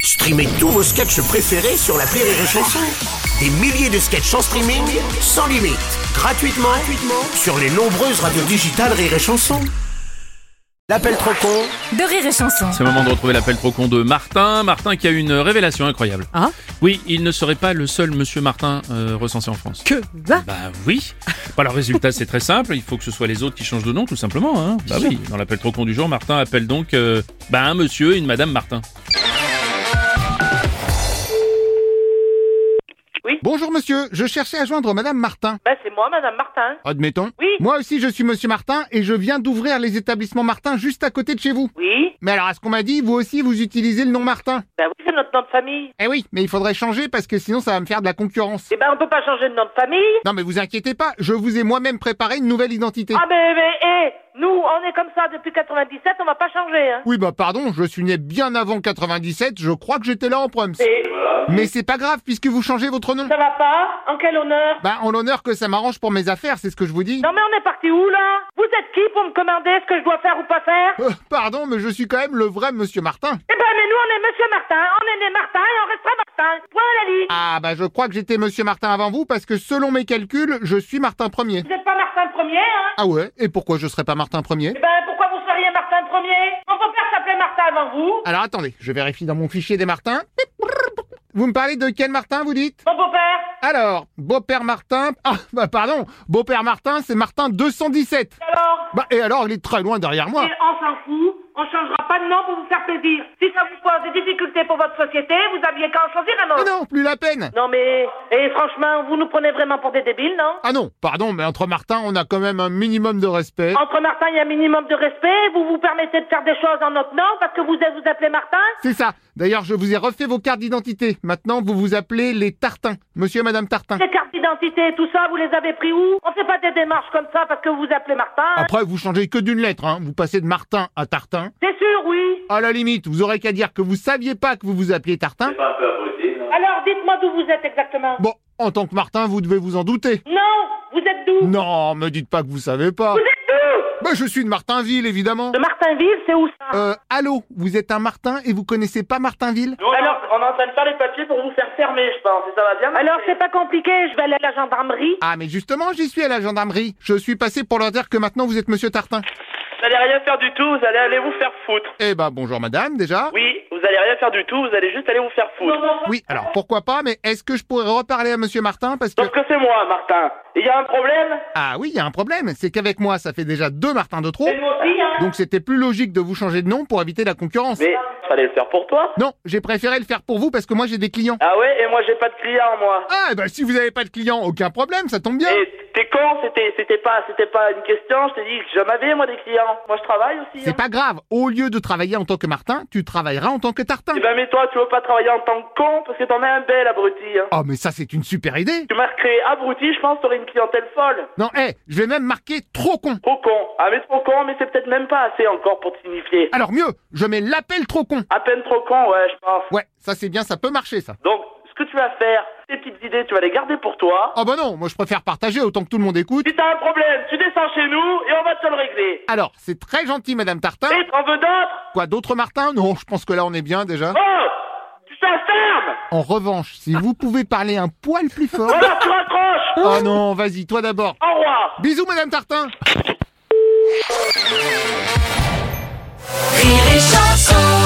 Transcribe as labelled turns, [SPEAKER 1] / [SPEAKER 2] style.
[SPEAKER 1] Streamez tous vos sketchs préférés sur la Rire et Chanson. Des milliers de sketchs en streaming, sans limite, gratuitement, gratuitement sur les nombreuses radios digitales Rire et Chanson. L'appel trop con
[SPEAKER 2] de rire et chanson.
[SPEAKER 3] C'est le moment de retrouver l'appel trop con de Martin. Martin qui a une révélation incroyable.
[SPEAKER 2] Ah
[SPEAKER 3] Oui, il ne serait pas le seul monsieur Martin euh, recensé en France.
[SPEAKER 2] Que va
[SPEAKER 3] Bah oui. Bah, le résultat, c'est très simple. Il faut que ce soit les autres qui changent de nom, tout simplement. hein. Bah oui. Dans l'appel trop con du jour, Martin appelle donc euh, bah, un monsieur et une madame Martin.
[SPEAKER 4] Bonjour monsieur, je cherchais à joindre madame Martin.
[SPEAKER 5] Ben, c'est moi, Madame Martin.
[SPEAKER 4] Admettons.
[SPEAKER 5] Oui.
[SPEAKER 4] Moi aussi je suis monsieur Martin et je viens d'ouvrir les établissements Martin juste à côté de chez vous.
[SPEAKER 5] Oui,
[SPEAKER 4] Mais alors à ce qu'on m'a dit, vous aussi vous utilisez le nom Martin.
[SPEAKER 5] ben oui, c'est notre nom de famille.
[SPEAKER 4] Eh oui, mais il faudrait changer parce que sinon ça va me faire de la concurrence.
[SPEAKER 5] Eh ben, on peut pas changer de nom de famille.
[SPEAKER 4] Non mais vous inquiétez pas, je vous ai moi-même préparé une nouvelle identité.
[SPEAKER 5] Ah, mais, mais, hé, nous, on est comme ça depuis 97, on va pas changer, hein.
[SPEAKER 4] Oui bah pardon, je suis né bien avant 97, je crois que j'étais là en proms.
[SPEAKER 5] Et
[SPEAKER 4] Mais c'est pas grave puisque vous changez votre nom.
[SPEAKER 5] ça va pas En quel honneur
[SPEAKER 4] Bah en l'honneur que ça m'arrange pour mes affaires, c'est ce que je vous dis.
[SPEAKER 5] Non, mais on est parti où, là Vous êtes qui pour me commander ce que je dois faire ou pas faire
[SPEAKER 4] Euh, pardon, mais je suis quand même le vrai monsieur Martin.
[SPEAKER 5] Eh ben, mais nous, on est Monsieur Martin, on est né Martin et on restera Martin. Point à la ligne.
[SPEAKER 4] Ah bah je crois que j'étais Monsieur Martin avant vous parce que selon mes calculs, je suis Martin Ier.
[SPEAKER 5] Vous n'êtes pas Martin Premier, hein
[SPEAKER 4] Ah ouais Et pourquoi je serais pas Martin Ier
[SPEAKER 5] Eh ben, pourquoi vous seriez Martin Premier Mon beau-père s'appelait Martin avant vous.
[SPEAKER 4] Alors attendez, je vérifie dans mon fichier des Martins. Vous me parlez de quel Martin vous dites
[SPEAKER 5] Mon beau-père,
[SPEAKER 4] Alors, beau-père Martin... Ah bah pardon, beau-père Martin c'est Martin 217.
[SPEAKER 5] alors
[SPEAKER 4] Bah et alors il est très loin derrière moi.
[SPEAKER 5] Et on s'en fout, on changera pas de nom pour vous faire plaisir. Si ça vous pose des difficultés pour votre société, vous aviez qu'à en choisir un
[SPEAKER 4] Mais
[SPEAKER 5] autre.
[SPEAKER 4] non, plus la peine
[SPEAKER 5] Non mais, et franchement, vous nous prenez vraiment pour des débiles, non
[SPEAKER 4] Ah non, pardon, mais entre Martin on a quand même un minimum de respect.
[SPEAKER 5] Entre Martin, il y a un minimum de respect, vous vous permettez de faire des choses en notre nom parce que vous êtes- vous appelez Martin
[SPEAKER 4] C'est ça. D'ailleurs, je vous ai refait vos cartes d'identité. Maintenant, vous vous appelez les Tartins. Monsieur et Madame Tartin.
[SPEAKER 5] Ces cartes d'identité et tout ça, vous les avez pris où On fait pas des démarches comme ça parce que vous vous appelez Martin. hein.
[SPEAKER 4] Après, vous changez que d'une lettre, hein. Vous passez de Martin à Tartin.
[SPEAKER 5] C'est sûr, oui.
[SPEAKER 4] À la limite, vous aurez qu'à dire que vous saviez pas que vous vous appeliez Tartin.
[SPEAKER 5] Alors dites-moi d'où vous êtes exactement.
[SPEAKER 4] Bon, en tant que Martin, vous devez vous en douter.
[SPEAKER 5] Non, vous êtes d'où
[SPEAKER 4] Non, me dites pas que vous savez pas.
[SPEAKER 5] Vous êtes d'où
[SPEAKER 4] Bah, je suis de Martinville, évidemment.
[SPEAKER 5] De Martinville, c'est où ça
[SPEAKER 4] Euh, allô, vous êtes un Martin et vous connaissez pas Martinville
[SPEAKER 5] Alors, on est en train de faire les papiers pour vous faire fermer, je pense, et ça va bien Alors, c'est pas compliqué, je vais aller à la gendarmerie.
[SPEAKER 4] Ah, mais justement, j'y suis à la gendarmerie. Je suis passé pour leur dire que maintenant vous êtes Monsieur Tartin.
[SPEAKER 6] Vous allez rien faire du tout, vous allez aller vous faire foutre.
[SPEAKER 4] Eh ben, bonjour madame, déjà.
[SPEAKER 6] Oui, vous allez rien faire du tout, vous allez juste aller vous faire foutre.
[SPEAKER 4] Oui, alors pourquoi pas, mais est-ce que je pourrais reparler à Monsieur Martin parce que...
[SPEAKER 6] Sauf que c'est moi, Martin. Il y a un problème
[SPEAKER 4] Ah oui, il y a un problème, c'est qu'avec moi, ça fait déjà deux Martins de trop,
[SPEAKER 5] Moi aussi, hein.
[SPEAKER 4] donc c'était plus logique de vous changer de nom pour éviter la concurrence.
[SPEAKER 6] Mais fallait le faire pour toi.
[SPEAKER 4] Non, j'ai préféré le faire pour vous parce que moi j'ai des clients.
[SPEAKER 6] Ah ouais, et moi j'ai pas de client, moi.
[SPEAKER 4] Ah bah si vous n'avez pas de clients, aucun problème, ça tombe bien.
[SPEAKER 6] Et t'es con, c'était c'était pas c'était pas une question, je t'ai dit que j'en avais moi des clients. Moi je travaille aussi.
[SPEAKER 4] C'est
[SPEAKER 6] Hein.
[SPEAKER 4] pas grave, au lieu de travailler en tant que Martin, tu travailleras en tant que Tartin.
[SPEAKER 6] Eh ben mais toi tu veux pas travailler en tant que con parce que t'en es un bel abruti. Hein.
[SPEAKER 4] Oh mais ça c'est une super idée.
[SPEAKER 6] Tu m'as recréé abruti, je pense que t'aurais une clientèle folle.
[SPEAKER 4] Non, hé, je vais même marquer trop con.
[SPEAKER 6] Trop con. Ah mais trop con, mais c'est peut-être même pas assez encore pour te signifier.
[SPEAKER 4] Alors mieux, je mets l'appel trop con.
[SPEAKER 6] À peine trop con, ouais je pense.
[SPEAKER 4] Ouais, ça c'est bien, ça peut marcher ça.
[SPEAKER 6] Donc, ce que tu vas faire, tes petites idées, tu vas les garder pour toi.
[SPEAKER 4] Oh bah non, moi je préfère partager autant que tout le monde écoute.
[SPEAKER 6] Si t'as un problème, tu descends chez nous et on va te le régler.
[SPEAKER 4] Alors, c'est très gentil Madame Tartin.
[SPEAKER 6] Et t'en veux d'autres
[SPEAKER 4] Quoi d'autre Martin Non, je pense que là on est bien déjà.
[SPEAKER 6] Oh Tu t'enfermes
[SPEAKER 4] En revanche, si vous pouvez parler un poil plus fort...
[SPEAKER 6] Alors tu raccroches
[SPEAKER 4] Oh non, vas-y, toi d'abord.
[SPEAKER 6] Au revoir
[SPEAKER 4] Bisous Madame Tartin
[SPEAKER 2] Rire et chanson.